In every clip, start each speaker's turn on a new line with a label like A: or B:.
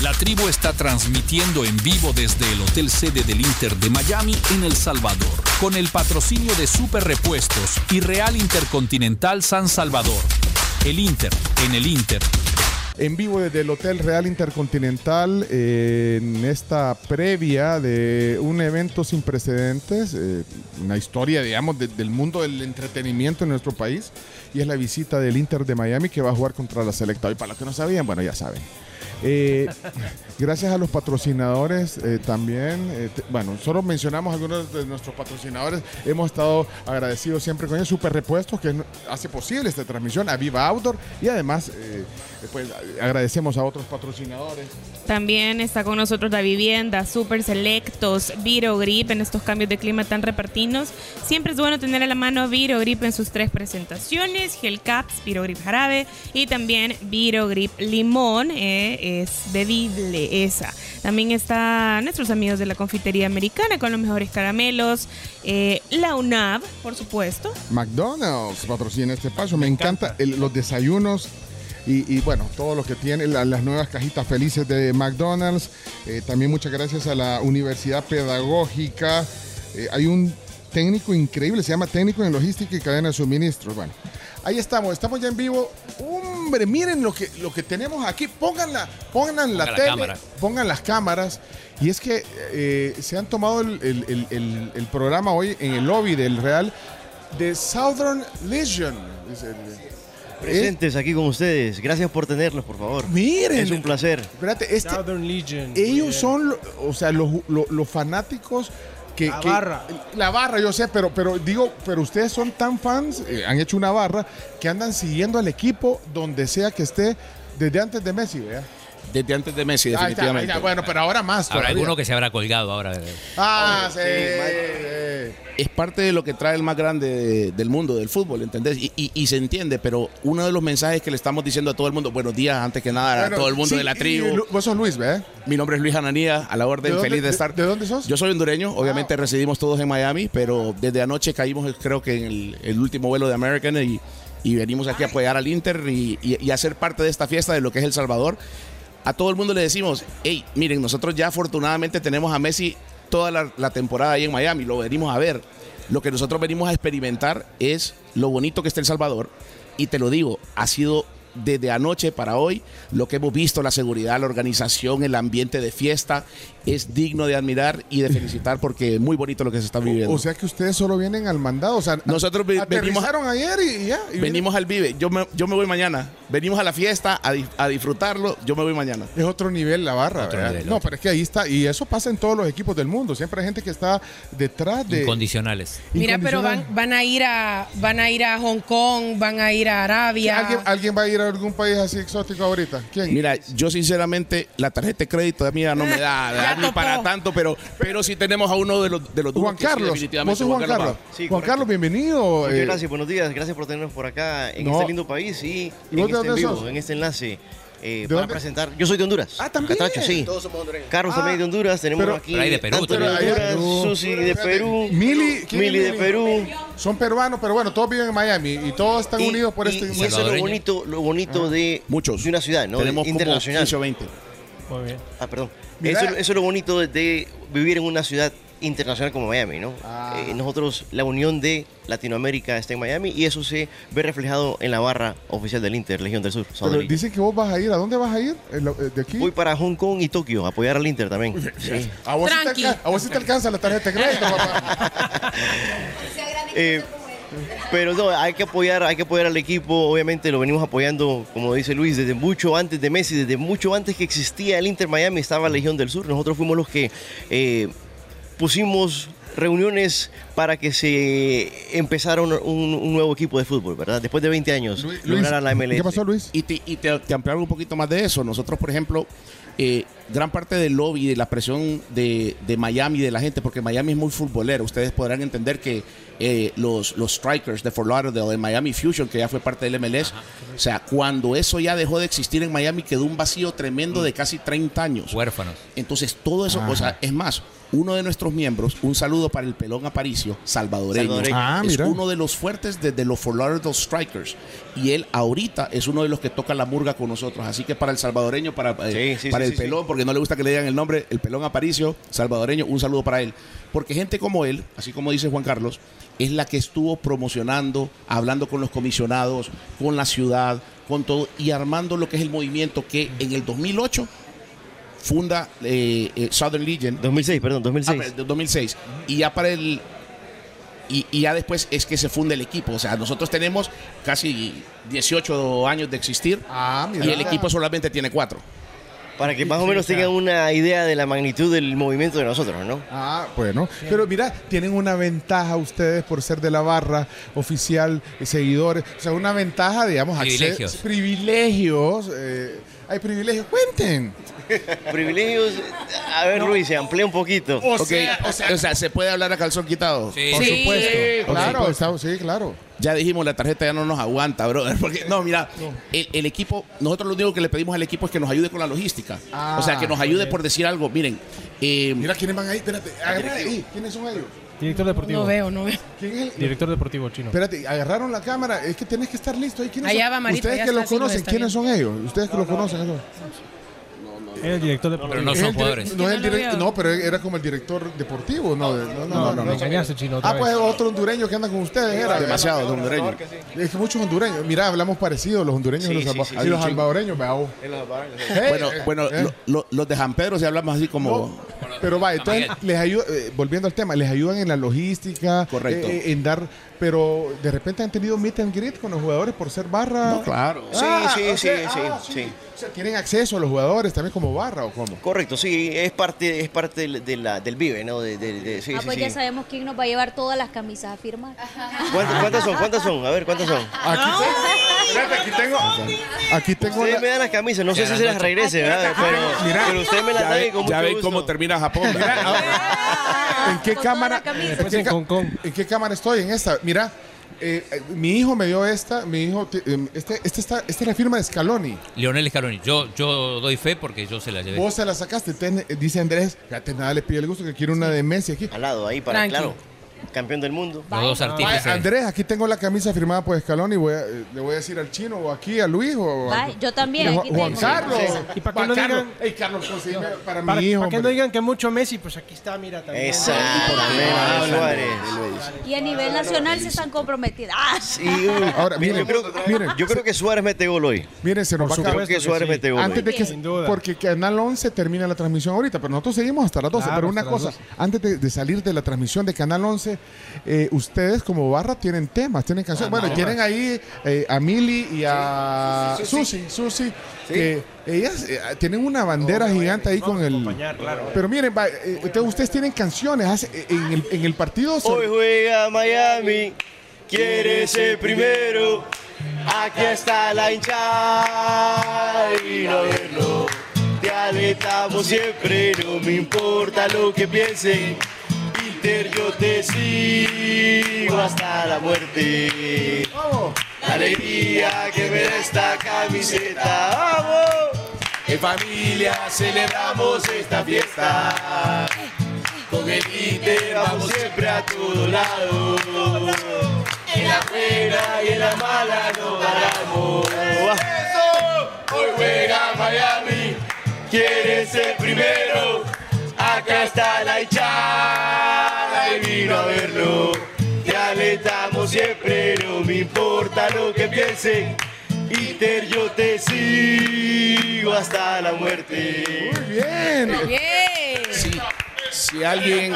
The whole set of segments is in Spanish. A: La tribu está transmitiendo en vivo desde el hotel sede del Inter de Miami en El Salvador, con el patrocinio de Super Repuestos y Real Intercontinental San Salvador. El Inter, en el Inter,
B: en vivo desde el Hotel Real Intercontinental eh, en esta previa de un evento sin precedentes, eh, una historia, digamos, de- del mundo del entretenimiento en nuestro país, y es la visita del Inter de Miami que va a jugar contra la Selecta. Y para los que no sabían, bueno, ya saben. Eh, gracias a los patrocinadores eh, también. eh, te- bueno, solo mencionamos algunos de nuestros patrocinadores. Hemos estado agradecidos siempre con ellos. Super Repuestos, que no- hace posible esta transmisión. A Viva Outdoor. Y además, eh, pues, agradecemos a otros patrocinadores.
C: También está con nosotros la vivienda, Super Selectos, Virogrip en estos cambios de clima tan repartinos. Siempre es bueno tener a la mano Virogrip en sus tres presentaciones, Gel Caps, Virogrip Jarabe y también Virogrip Limón, eh, es bebible esa. También están nuestros amigos de la confitería americana con los mejores caramelos, eh, la UNAV, por supuesto.
B: McDonald's patrocina este paso. Me, encanta, el- los desayunos y, y, bueno, todo lo que tiene, la- las nuevas cajitas felices de McDonald's. Eh, también muchas gracias a la Universidad Pedagógica. Eh, hay un técnico increíble, se llama Técnico en Logística y Cadena de Suministros. Bueno, ahí estamos, estamos ya en vivo. Hombre, miren lo que, lo que tenemos aquí. Pongan la, pongan la,
D: Pongan la
B: tele,
D: cámara.
B: pongan las cámaras. Y es que eh, se han tomado el, el- el- el- el programa hoy en el lobby del Real de Southern Legion. Es el- eh,
E: Presentes aquí con ustedes. Gracias por tenernos, por favor.
B: Miren.
E: Es un placer.
B: Espérate, este,
F: Southern Legion.
B: ellos
F: Yeah.
B: son lo- o sea, los, lo- los fanáticos que...
F: La
B: que-
F: barra.
B: La barra, yo sé, pero, pero digo, pero ustedes son tan fans, eh, han hecho una barra, que andan siguiendo al equipo donde sea que esté desde antes de Messi, ¿verdad?
D: Desde antes de Messi,
B: Ahí está, ahí está.
D: definitivamente.
B: bueno, pero ahora más.
G: Habrá
B: todavía.
G: alguno que se habrá colgado ahora. eh.
B: Ah, sí.
D: es parte de lo que trae el más grande de- del mundo, del fútbol, ¿entendés? Y, y- y se entiende, pero uno de los mensajes que le estamos diciendo a todo el mundo, buenos días, antes que nada,
B: Bueno,
D: a todo el mundo
B: sí,
D: de la
B: y- y Lu-
D: tribu.
B: Vos sos Luis, ¿verdad?
D: Mi nombre es Luis Ananías, a la
B: ¿De
D: orden,
B: dónde-
D: feliz de estar.
B: ¿De dónde sos?
D: Yo soy hondureño, obviamente
B: Ah.
D: residimos todos en Miami, pero desde anoche caímos, creo que en el, el último vuelo de American y, y venimos aquí a apoyar al Inter y, y- y a ser parte de esta fiesta de lo que es El Salvador. A todo el mundo le decimos, hey, miren, nosotros ya afortunadamente tenemos a Messi toda la, la temporada ahí en Miami, lo venimos a ver. Lo que nosotros venimos a experimentar es lo bonito que está El Salvador y te lo digo, ha sido desde anoche para hoy lo que hemos visto, la seguridad, la organización, el ambiente de fiesta, es digno de admirar y de felicitar porque es muy bonito lo que se está viviendo.
B: O sea que ustedes solo vienen al mandado. O sea,
D: Nosotros ve- venimos-
B: aterrizaron ayer y ya. y vienen-
D: Venimos al Vive, yo me, yo me voy mañana. Venimos a la fiesta a, di- a disfrutarlo, yo me voy mañana.
B: Es otro nivel la barra,
G: Otro
B: ¿verdad?
G: nivel,
B: no,
G: otro.
B: pero es que ahí está. Y eso pasa en todos los equipos del mundo. Siempre hay gente que está detrás de.
G: Incondicionales.
H: Mira, pero van,
B: incondicional.
H: van a ir a van a ir a Hong Kong, van a ir a Arabia.
B: ¿Alguien, alguien va a ir a algún país así exótico ahorita? ¿Quién?
D: Mira, yo sinceramente la tarjeta de crédito mía no me da, ¿verdad? ni
H: topó.
D: para tanto, pero, pero sí tenemos a uno de los, de los duros
B: Juan
D: que sí,
B: Carlos. ¿Vos
D: definitivamente
B: sos Juan Carlos?
D: va.
E: Sí,
B: Juan
E: correcto.
B: Carlos, bienvenido.
E: Muchas
B: eh,
E: gracias, buenos días. Gracias por tenernos por acá en
B: No.
E: este lindo país y
B: ¿Y
E: en
B: vos de
E: este, en
B: dónde
E: vivo,
B: sos?
E: en este enlace. eh,
B: ¿De
E: para
B: dónde?
E: presentar. Yo soy de Honduras.
B: Ah, también.
E: Catracho, sí. Carlos
B: Ah,
E: también de Honduras. Tenemos
B: pero-
E: aquí.
G: Pero hay de Perú
E: Antonio
B: también.
E: de Honduras,
B: Pero hay de-
E: Susi de Perú.
B: Mili, ¿quién es
E: Mili de
B: Mili?
E: Perú.
B: Son peruanos, pero bueno, todos viven en Miami y todos están
E: Y-
B: unidos por
E: y-
B: este.
E: Y eso es lo
G: Salvadoreño.
E: bonito, lo bonito de,
D: Muchos.
E: de una ciudad, ¿no?
D: Tenemos como
E: internacional.
D: 15 o 20.
F: Muy bien.
E: Ah, perdón.
B: Mira.
E: Eso, eso es lo bonito de, de vivir en una ciudad internacional como Miami, ¿no?
B: Ah.
E: Eh, nosotros, la unión de Latinoamérica está en Miami y eso se ve reflejado en la barra oficial del Inter, Legión del Sur.
B: pero
E: Salvador.
B: dicen que vos vas a ir. ¿A dónde vas a ir? ¿En la- eh, ¿De aquí?
E: Voy para Hong Kong y Tokio a apoyar al Inter también. Sí.
B: A vos, sí te
H: Tranqui.
B: alca- a vos sí te alcanza la tarjeta de crédito, papá.
E: Eh, pero no, hay que apoyar, hay que apoyar al equipo. Obviamente lo venimos apoyando, como dice Luis, desde mucho antes de Messi, desde mucho antes que existía el Inter Miami, estaba Legión del Sur. Nosotros fuimos los que eh, pusimos reuniones para que se empezara un, un- un nuevo equipo de fútbol, ¿verdad? Después de 20 años,
B: Luis,
E: lograr a la MLS.
B: ¿Qué pasó, Luis?
D: Y, te, y te- te ampliar un poquito más de eso. Nosotros, por ejemplo, eh, gran parte del lobby, de la presión de, de Miami, de la gente, porque Miami es muy futbolero. Ustedes podrán entender que eh, los, los strikers de Fort Lauderdale, de Miami Fusion, que ya fue parte del MLS, o sea, cuando eso ya dejó de existir en Miami, quedó un vacío tremendo de casi 30 años.
G: Huérfanos.
D: Entonces, todo eso, o sea, es más, uno de nuestros miembros, un saludo para el pelón a París, Aparicio, salvadoreño.
E: Salvadoreño.
B: Ah,
D: es
B: mira.
D: uno de los fuertes desde los Fort Lauderdale Strikers. Y él ahorita es uno de los que toca la murga con nosotros. Así que para el salvadoreño, para, eh,
E: Sí, sí,
D: para
E: sí,
D: el
E: sí,
D: pelón, porque no le gusta que le digan el nombre, el pelón Aparicio, salvadoreño, un saludo para él. Porque gente como él, así como dice Juan Carlos, es la que estuvo promocionando, hablando con los comisionados, con la ciudad, con todo, y armando lo que es el movimiento que en el 2008 funda eh, eh, Southern Legion.
E: 2006, perdón,
D: Ah,
E: 2006.
D: pero de 2006. Y ya para el. Y, y ya después es que se funda el equipo. O sea, nosotros tenemos casi 18 años de existir.
B: Ah, mira.
D: y el equipo solamente tiene cuatro.
E: Para que más o menos
B: Sí,
E: tengan
B: claro.
E: una idea de la magnitud del movimiento de nosotros, ¿no?
B: Ah, bueno. Pero mira, tienen una ventaja ustedes por ser de la barra oficial, eh, seguidores. O sea, una ventaja, digamos, acce-
F: Privilegios.
B: privilegios. eh, hay privilegios. Cuenten.
E: Privilegios. A ver, Ruiz, se amplía un poquito.
D: Ok, o, sea, se puede hablar a calzón quitado.
F: Sí.
B: Por supuesto. claro,
D: Ok.
B: estamos- sí, claro.
D: Ya dijimos, la tarjeta ya no nos aguanta, brother. Porque, no, mira, El, el equipo, nosotros lo único que le pedimos al equipo es que nos ayude con la logística.
B: Ah,
D: o sea, que nos ayude por decir algo. Miren, eh,
B: Mira quiénes van ahí. Espérate, agarra ahí. ¿Quiénes son ellos?
G: Director deportivo.
H: No veo, no veo.
B: ¿Quién es el-
G: Director deportivo chino.
B: Espérate, agarraron la cámara. Es que tenés que estar listo. ahí, ¿quiénes
H: Allá
B: son?
H: va Marita,
B: Ustedes
H: ya
B: que
H: está,
B: lo
H: sí, lo
B: conocen,
H: está
B: ¿quiénes son ellos? Ustedes que lo conocen. eso.
G: el director deportivo. Eh,
F: Pero no
B: Es
F: son
B: el direc-
F: jugadores.
B: No, es
C: Yo
B: el
C: no lo
B: direc-
C: veo.
B: no, pero era como el director deportivo. No, de- no, no.
G: No,
B: no,
G: no,
B: no,
G: me
B: no.
G: engañaste, chino, otra
B: Ah, pues
G: vez.
B: otro hondureño que anda con ustedes. Era
D: demasiado, don hondureño.
B: Es que muchos hondureños, mira, hablamos parecido, los hondureños
E: Sí,
B: y los,
E: sí,
B: salva-
E: sí,
B: y
D: sí,
B: los
D: sí.
B: salvadoreños, vea vos. Hey,
D: Bueno,
B: eh,
D: bueno
B: eh,
D: lo- lo- los de San Pedro, si hablamos así como.
B: no, pero va, entonces
F: Miguel.
B: les ayuda, eh, volviendo al tema, les ayudan en la logística,
D: Correcto.
B: eh, en dar, pero de repente han tenido meet and greet con los jugadores por ser barra.
D: No, claro.
E: Sí,
B: Ah,
E: sí,
B: o sea,
E: sí,
B: ah,
E: sí, sí.
B: O sea, tienen acceso a los jugadores también como barra o como.
E: Correcto, sí, es parte, es parte del- de la, del vive, ¿no? De, de- de- sí,
I: ah,
E: sí,
I: pues
E: sí.
I: ya sabemos quién nos va a llevar todas las camisas a firmar.
E: ¿Cuántas, cuántas son? ¿Cuántas son? A ver, ¿cuántas son?
B: Aquí, Espérate, aquí tengo, aquí tengo
E: Ustedes
B: la-
E: me dan las camisas, no sé si se las regrese, ¿verdad? Pero,
B: Mira,
E: pero ustedes me las dan y con mucho
D: Ya ven
E: gusto.
D: cómo termina Japón.
B: eh. ¿En qué
I: Ah, Con toda
B: cámara?
I: la camisa.
B: ¿en,
G: Después
B: qué
G: en
B: ca-
G: Hong Kong.
B: en qué cámara estoy? En esta. Mira, eh, eh, mi hijo me dio esta. Mi hijo, ti- em, este, este está, esta es la firma de Scaloni.
F: Leonel Scaloni, yo, yo doy fe porque yo se la llevé.
B: Vos se la sacaste. ten- eh, dice Andrés, fíjate, nada le pide el gusto que quiere una de Messi aquí.
E: Al lado, ahí para,
H: Tranqui.
E: claro, campeón del mundo.
F: Los dos artífices.
B: Vaya, Ah, Andrés, aquí tengo la camisa firmada por Scaloni. Voy a- eh, le voy a decir al chino o aquí a Luis o a-
I: Va, yo también.
B: Ju-
I: aquí
B: Juan,
I: tengo.
B: Carlos.
G: ¿Y para qué
B: Va,
G: no
B: Carlos.
G: digan-
B: Ey, Carlos, consígueme para,
G: Para,
B: mi hijo.
G: para que no
B: hombre.
G: digan que mucho Messi, pues aquí está, mira también.
E: Exacto, Memo Suárez.
I: Y a nivel nacional se están comprometidas. ¡Ah!
E: Sí, uy.
B: Ahora,
E: Mira,
B: miren,
E: yo, creo,
B: miren.
E: yo creo que Suárez mete gol hoy.
B: Miren, se nos va a acabar.
E: Creo que
G: que
E: Suárez
G: sí.
E: mete gol
B: Antes
E: hoy.
B: de que,
G: Sin duda.
B: porque Canal 11 termina la transmisión ahorita, pero nosotros seguimos hasta las 12.
G: Claro,
B: pero una
G: hasta las
B: cosa,
G: 12.
B: antes de, de salir de la transmisión de Canal 11, eh, ustedes como barra tienen temas, tienen canciones.
E: Ah,
B: bueno, tienen ahí eh, a Mili y a Susi, Susi, que ellas eh, tienen una bandera gigante
E: eh,
B: ahí con el... Pero miren, va, eh, entonces ustedes tienen canciones hace- eh, en, el, en el partido... so-
E: Hoy juega Miami, quiere ser primero. Aquí está la hinchada, vino a verlo. Te alentamos siempre, no me importa lo que piensen. Inter, yo te sigo hasta la muerte. La alegría que me da esta camiseta, ¡vamos! En familia celebramos esta fiesta. Con el ITE vamos siempre a tu lado. En la buena y en la mala no paramos. ¡Eso! Hoy juega Miami, quiere ser primero. Acá está la hinchada y vino a verlo. Te alentamos siempre, no me importa lo que piensen. ITER, yo te sigo hasta la muerte.
B: Muy bien.
H: Bien.
D: Si, si alguien.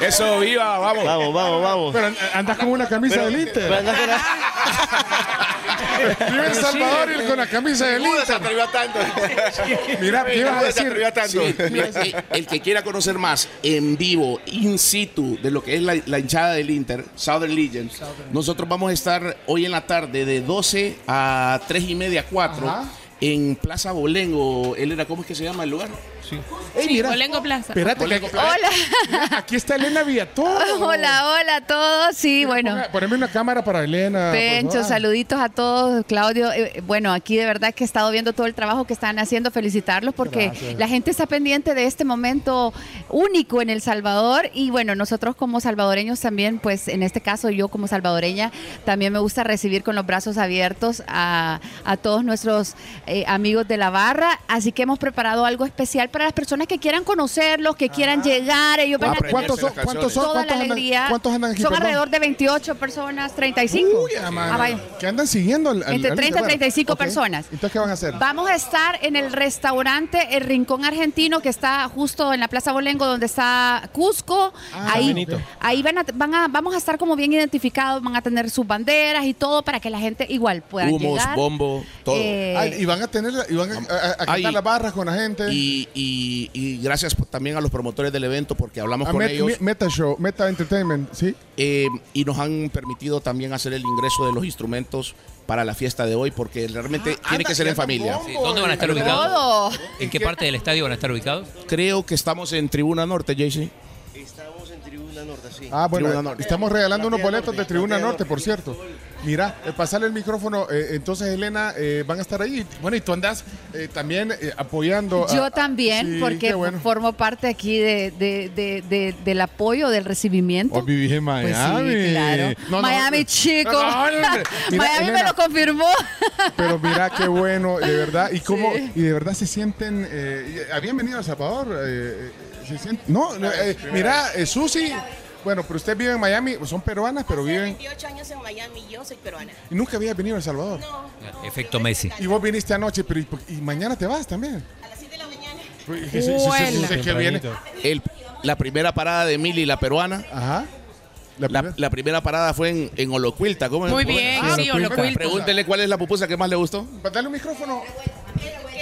D: Eso, viva, vamos.
E: Vamos, vamos, vamos.
B: Pero an- andas con una camisa del Inter.
E: Pero andá con la-
B: Vive El Salvador y con la camisa del Inter.
D: se atrevió tanto.
B: Mira, ¿qué ibas a
D: Se
B: decir?
D: atrevió tanto. Mira, eh, el que quiera conocer más en vivo, in situ, de lo que es la, la hinchada del Inter, Southern Legends, nosotros vamos a estar hoy en la tarde de 12 a 3 y media, 4.
B: Ajá.
D: en Plaza Bolengo. Él era, ¿cómo es que se llama el lugar?
G: Sí.
D: Ey, mira.
C: Bolengo Plaza.
B: Espérate, que-
D: Bolengo.
I: Hola,
B: aquí está Elena Villatoro.
J: Hola, hola a todos. Sí, bueno.
B: Ponga- Ah, pues Poneme una cámara para Elena. por
J: Pencho,
B: favor.
J: saluditos a todos, Claudio. Eh, bueno, aquí de verdad que he estado viendo todo el trabajo que están haciendo, felicitarlos porque
B: Gracias.
J: la gente está pendiente de este momento único en El Salvador y bueno, nosotros como salvadoreños también, pues en este caso yo como salvadoreña también me gusta recibir con los brazos abiertos a, a todos nuestros eh, amigos de la barra, así que hemos preparado algo especial para las personas que quieran conocerlos, que quieran llegar, ellos van a
D: Aprenderse
B: ¿Cuántos son?
D: las Ah,
B: ¿Cuántos
D: canciones.
B: son?
J: toda la
B: ¿Cuántos andan-
J: alegría.
B: ¿Cuántos andan aquí?
J: Son
B: perdón?
J: alrededor de 28 personas, 35.
B: Uy, ah, man,
J: Ah, vaya.
B: ¿Qué andan siguiendo? al- al-
J: Entre
B: al-
J: 30 y
B: bueno,
J: 35
B: ok.
J: personas.
B: Entonces, ¿qué van a hacer?
J: Vamos a estar en el restaurante El Rincón Argentino que está justo en la Plaza Bolengo donde está Cusco.
B: Ah,
J: ahí
B: San Benito.
J: ahí van, a, van a- vamos a estar como bien identificados, van a tener sus banderas y todo para que la gente igual pueda
D: Humos,
J: llegar.
D: bombo, todo.
J: Eh,
B: Ay, Ah, y van a tener, y van a, a- a
D: Ay.
B: cantar las barras con la gente.
D: Y, y- y gracias por- también a los promotores del evento porque hablamos
B: A
D: con
B: Met-
D: ellos
B: Me- Meta Show, Meta Entertainment, ¿sí?
D: eh, y nos han permitido también hacer el ingreso de los instrumentos para la fiesta de hoy porque realmente tiene
B: anda,
D: que ser
B: ya
D: en
B: está
D: familia.
B: bombo.
F: Sí, ¿Dónde van a estar
B: Todo.
F: ubicados?
J: todo.
F: ¿En qué parte del estadio van a estar ubicados?
D: Creo que estamos en Tribuna Norte, JC.
E: Estamos en Tribuna Norte, sí.
B: Ah, bueno,
D: Tribuna Norte.
B: estamos regalando unos
E: Platea
B: boletos de
E: Norte,
B: Tribuna
E: Platea
B: Norte, por cierto. Mira, eh, pasarle el micrófono. eh, entonces, Elena, eh, van a estar ahí. Bueno, y tú andas eh, también eh, apoyando. a-
J: Yo
B: a-
J: también,
B: Sí,
J: porque
B: qué bueno.
J: formo parte aquí de, de- de- de- del apoyo, del recibimiento.
B: Hoy vivís Oh, en Miami.
J: Pues sí, claro.
B: No, no,
J: Miami,
B: no,
J: chico.
B: no, hombre. Mira,
J: Miami me
B: Elena,
J: lo confirmó.
B: Pero mira qué bueno, de verdad. Y cómo, y de verdad se sienten. eh, y- habían venido a El Salvador. eh, eh, se sienten- no, no, eh, mira, eh, Susi. Bueno, pero usted vive en Miami, pues son peruanas, pero viven.
K: 28 años en Miami, yo soy peruana.
B: Y nunca había venido a El Salvador.
K: No, no,
F: Efecto
K: yo
F: Messi.
K: soy
B: Y vos viniste anoche, pero y, y mañana te vas también.
K: A las 7 de la mañana.
B: Pues, que se- se- se- se- se- que viene.
D: El- la primera parada de Mili, la peruana.
B: Ajá. La
D: La,
B: primera-
D: la primera parada fue en, en Olocuilta. ¿Cómo es?
C: Muy
D: ¿Cómo es?
C: bien,
B: Ah,
C: sí,
B: lo
C: o lo
B: primero.
C: cuento.
D: Pregúntele cuál es la pupusa que más le gustó.
B: Dale un micrófono.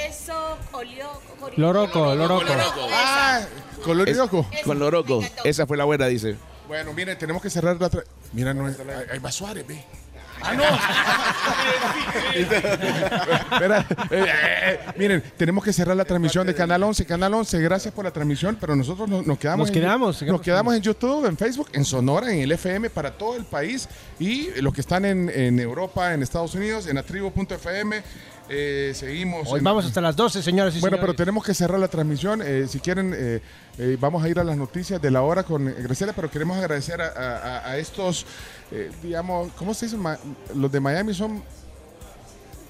K: Eso, olió. cori-
G: Loroco, loroco.
B: Ah, color y loco.
D: Con Loroco. Esa fue la buena, dice.
B: Bueno, mire, tenemos que cerrar la tra- Mira, no, es- ahí ahí va Suárez, ve. Ah, no. Espera, eh, eh, miren, tenemos que cerrar la transmisión de Canal 11. Canal 11, gracias por la transmisión, pero nosotros no- nos, quedamos.
G: Nos
B: en-
G: quedamos,
B: nos
G: sigamos.
B: quedamos en YouTube, en Facebook, en Sonora, en el FM para todo el país y los que están en, en Europa, en Estados Unidos, en atribu.fm. eh, seguimos.
G: Hoy
B: en-
G: vamos hasta las 12, señoras y
B: bueno, pero
G: señores.
B: tenemos que cerrar la transmisión. Eh, si quieren, eh, eh, vamos a ir a las noticias de la hora con eh, Graciela, pero queremos agradecer a, a- a- a estos, eh, digamos, ¿cómo se dice? Ma- los de Miami son...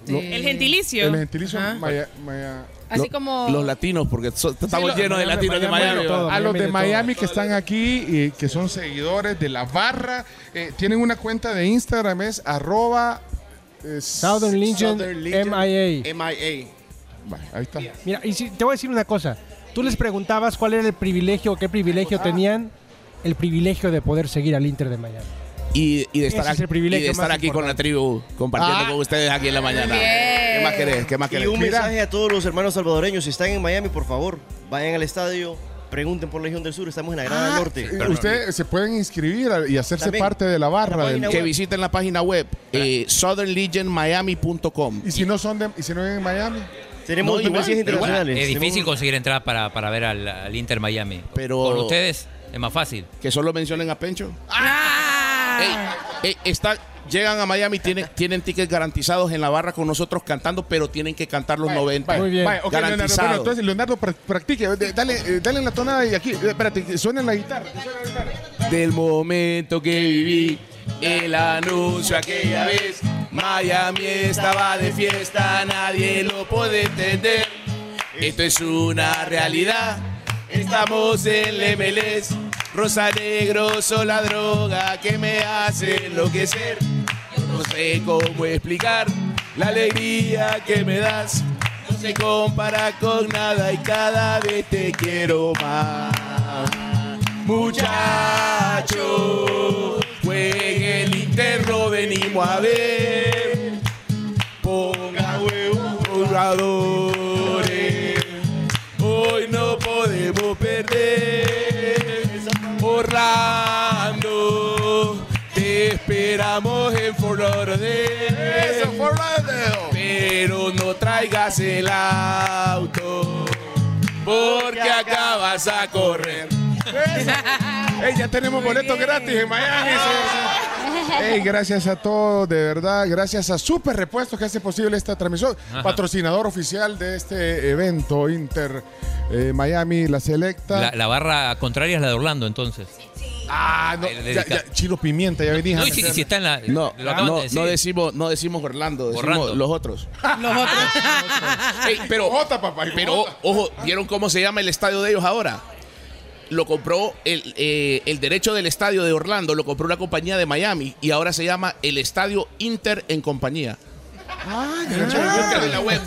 B: lo-
C: El gentilicio.
B: el gentilicio
H: Ajá.
B: maya- maya-
H: Así
D: Lo-
H: como
D: Los latinos, porque so- estamos
G: lo-
D: llenos de
G: Miami,
D: latinos de
G: Miami,
D: Miami.
G: todo.
B: a los
G: Miami
B: de
G: de
B: Miami que están aquí y que son seguidores de la barra, eh, tienen una cuenta de Instagram, es arroba... eh,
G: Southern Legion MIA.
D: MIA.
B: Va, Ahí está.
G: Mira, y si, te voy a decir una cosa. Tú les preguntabas cuál era el privilegio, qué privilegio tenían. El privilegio de poder seguir al Inter de Miami.
D: Y, y de estar,
G: Ese es
D: aquí,
G: el privilegio
D: y de estar
G: más
D: aquí con la tribu, compartiendo
B: Ah.
D: con ustedes aquí en la mañana. ¿Qué más querés? ¿Qué más
E: Y
D: querés?
E: un
D: Mira,
E: mensaje a todos los hermanos salvadoreños, si están en Miami, por favor, vayan al estadio, pregunten por Legión del Sur, estamos en la Grada
B: Ah,
E: Norte.
B: eh, Ustedes se pueden inscribir a- y hacerse
E: También.
B: parte de la barra.
E: La
B: del-
E: página
D: que visiten la página web eh, southernlegionmiami.com.
B: Y si no son de, y si no viven en Miami,
E: Tenemos
D: No, igual,
E: membresías
D: pero bueno,
E: internacionales.
F: Es difícil
E: Tenemos-
F: conseguir entrada para, para ver al, al Inter Miami.
D: Pero-
F: Con ustedes es más fácil.
D: Que solo mencionen a Pencho. Ey, ey, está- llegan a Miami, tienen, tienen tickets garantizados en la barra con nosotros cantando, pero tienen que cantar los 90.
G: Muy bien.
B: ok, Leonardo,
D: Garantizado.
B: bueno, entonces Leonardo pra- practique, de- dale, eh, dale en la tonada y aquí, eh, espérate, que suene la guitarra. que suene la guitarra.
D: Del momento que viví el anuncio aquella vez, Miami estaba de fiesta, nadie lo puede entender. Esto es una realidad, estamos en MLS. Rosa Negro son la droga que me hace enloquecer. No sé cómo explicar la alegría que me das. No se compara con nada y cada vez te quiero más. Muchachos, jueguen el interno, venimos a ver. Ponga huevos jugadores. Hoy no podemos perder. Orlando, te esperamos en Fort Lauderdale.
B: Eso, Fort Lauderdale.
D: Ven
L: pero no traigas el auto, porque acá vas a correr.
B: Ey, ya tenemos boletos gratis en Miami. Ey, gracias a todos, de verdad. Gracias a Super Repuestos que hace posible esta transmisión.
L: Ajá.
B: Patrocinador oficial de este evento Inter eh, Miami, la selecta.
F: La, la barra contraria es la de Orlando, entonces.
B: Ah, no,
F: Le- le
B: ya,
F: dedica-
B: ya, Chilo Pimienta, ya venía.
F: No, y si, y si está en la.
D: No,
F: lo acaban
D: no,
F: de decir.
D: no decimos, no decimos Orlando, decimos
F: Orlando.
D: los otros.
H: Los otros.
D: Ey, pero, pero o- ojo, ¿vieron cómo se llama el estadio de ellos ahora? Lo compró el, eh, el derecho del estadio de Orlando, lo compró una compañía de Miami y ahora se llama el Estadio Inter en compañía.
B: Ah,
D: Búscalo en la web.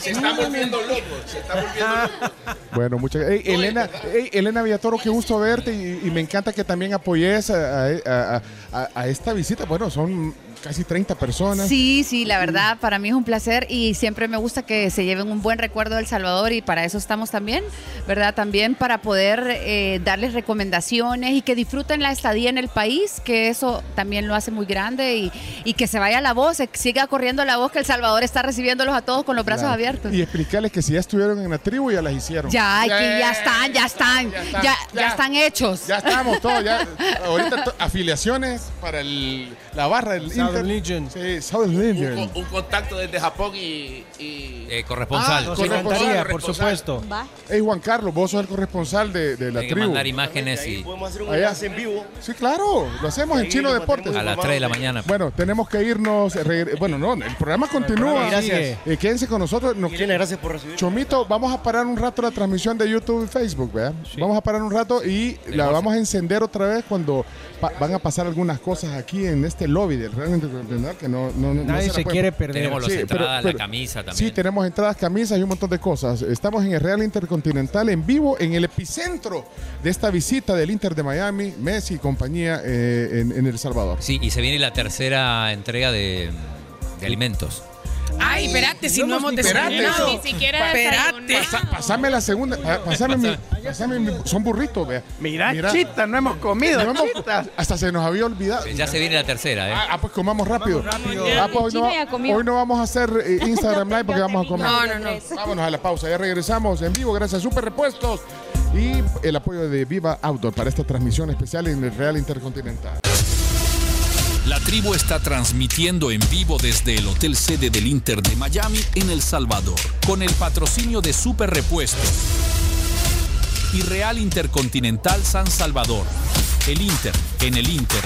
D: Se está volviendo loco, se está volviendo loco.
B: Bueno, muchas gracias. Ey, Elena, ey, Elena Villatoro, qué gusto verte y, y me encanta que también apoyes a, e- a- a- a- a esta visita. Bueno, son casi 30 personas.
J: Sí, sí, la verdad, para mí es un placer y siempre me gusta que se lleven un buen recuerdo del Salvador y para eso estamos también, ¿verdad? También para poder eh, darles recomendaciones y que disfruten la estadía en el país, que eso también lo hace muy grande y, y que se vaya la voz, que siga corriendo la voz que El Salvador está recibiéndolos a todos con los brazos
B: Claro.
J: abiertos.
B: Y explicarles que si ya estuvieron en la tribu, ya las hicieron.
J: Ya, ay, que ya están, ya están, ya,
B: están,
J: ya están hechos.
B: Ya estamos todos, ya. Ahorita to- afiliaciones para el, la barra del
G: Southern
B: Legion. Sí, Southern Legion.
D: Un, un contacto desde Japón y. y-
F: Eh, corresponsal.
B: Ah,
G: Nos
B: corresponsal,
G: encantaría, por
B: corresponsal.
G: supuesto.
B: Ey, Juan Carlos, vos sos el corresponsal de, de
F: Tiene
B: la
F: que
B: tribu.
F: mandar imágenes y.
E: Podemos hacer un
B: Allá.
E: enlace en vivo.
B: Sí, claro, lo hacemos en
E: Ahí
B: Chino
E: lo
B: Deportes.
F: A las 3 de la mañana.
B: Bueno, tenemos que irnos. eh, regre- Bueno, no, el programa continúa.
E: programa sigue.
B: Eh, quédense con nosotros. Nos-
E: Irene, gracias por recibir.
B: Chomito, vamos a parar un rato la transmisión de YouTube y Facebook, ¿verdad? Vamos a parar un rato y la vamos a encender otra vez cuando pa- van a pasar algunas cosas aquí en este lobby del Real Intercontinental que no, no, no- no
G: Nadie
B: la
G: se
B: pueden-
G: quiere perder.
F: Tenemos los
B: eh, Sí, pero-
F: entradas,
B: pero-
F: la camisa también.
B: Sí, tenemos entradas, camisas y un montón de cosas. Estamos en el Real Intercontinental en vivo, en el epicentro de esta visita del Inter de Miami, Messi y compañía eh, en, en El Salvador.
F: Sí, y se viene la tercera entrega de, de alimentos.
H: Ay, espérate, si no, hemos desayunado.
C: Ni siquiera
H: Espérate.
C: desayunado.
B: Pasame la segunda, pa- pasame, mi, pasame mi- son burritos, vea.
M: Mirá, chita, no hemos comido,
B: No hemos-
M: chitas.
B: hasta se nos había olvidado.
F: Pues Ya se viene la tercera, ¿eh?
B: Ah, ah, pues comamos rápido.
F: rápido.
B: Ah, pues hoy, no,
F: Chino ya comió.
B: hoy no vamos a hacer eh, Instagram Live porque vamos a comer.
H: No, no, no.
B: Vámonos a la pausa, ya regresamos en vivo gracias a Super Repuestos y el apoyo de Viva Outdoor para esta transmisión especial en el Real Intercontinental.
A: La tribu está transmitiendo en vivo desde el hotel sede del Inter de Miami en El Salvador, con el patrocinio de Super Repuestos y Real Intercontinental San Salvador. El Inter, en el Inter,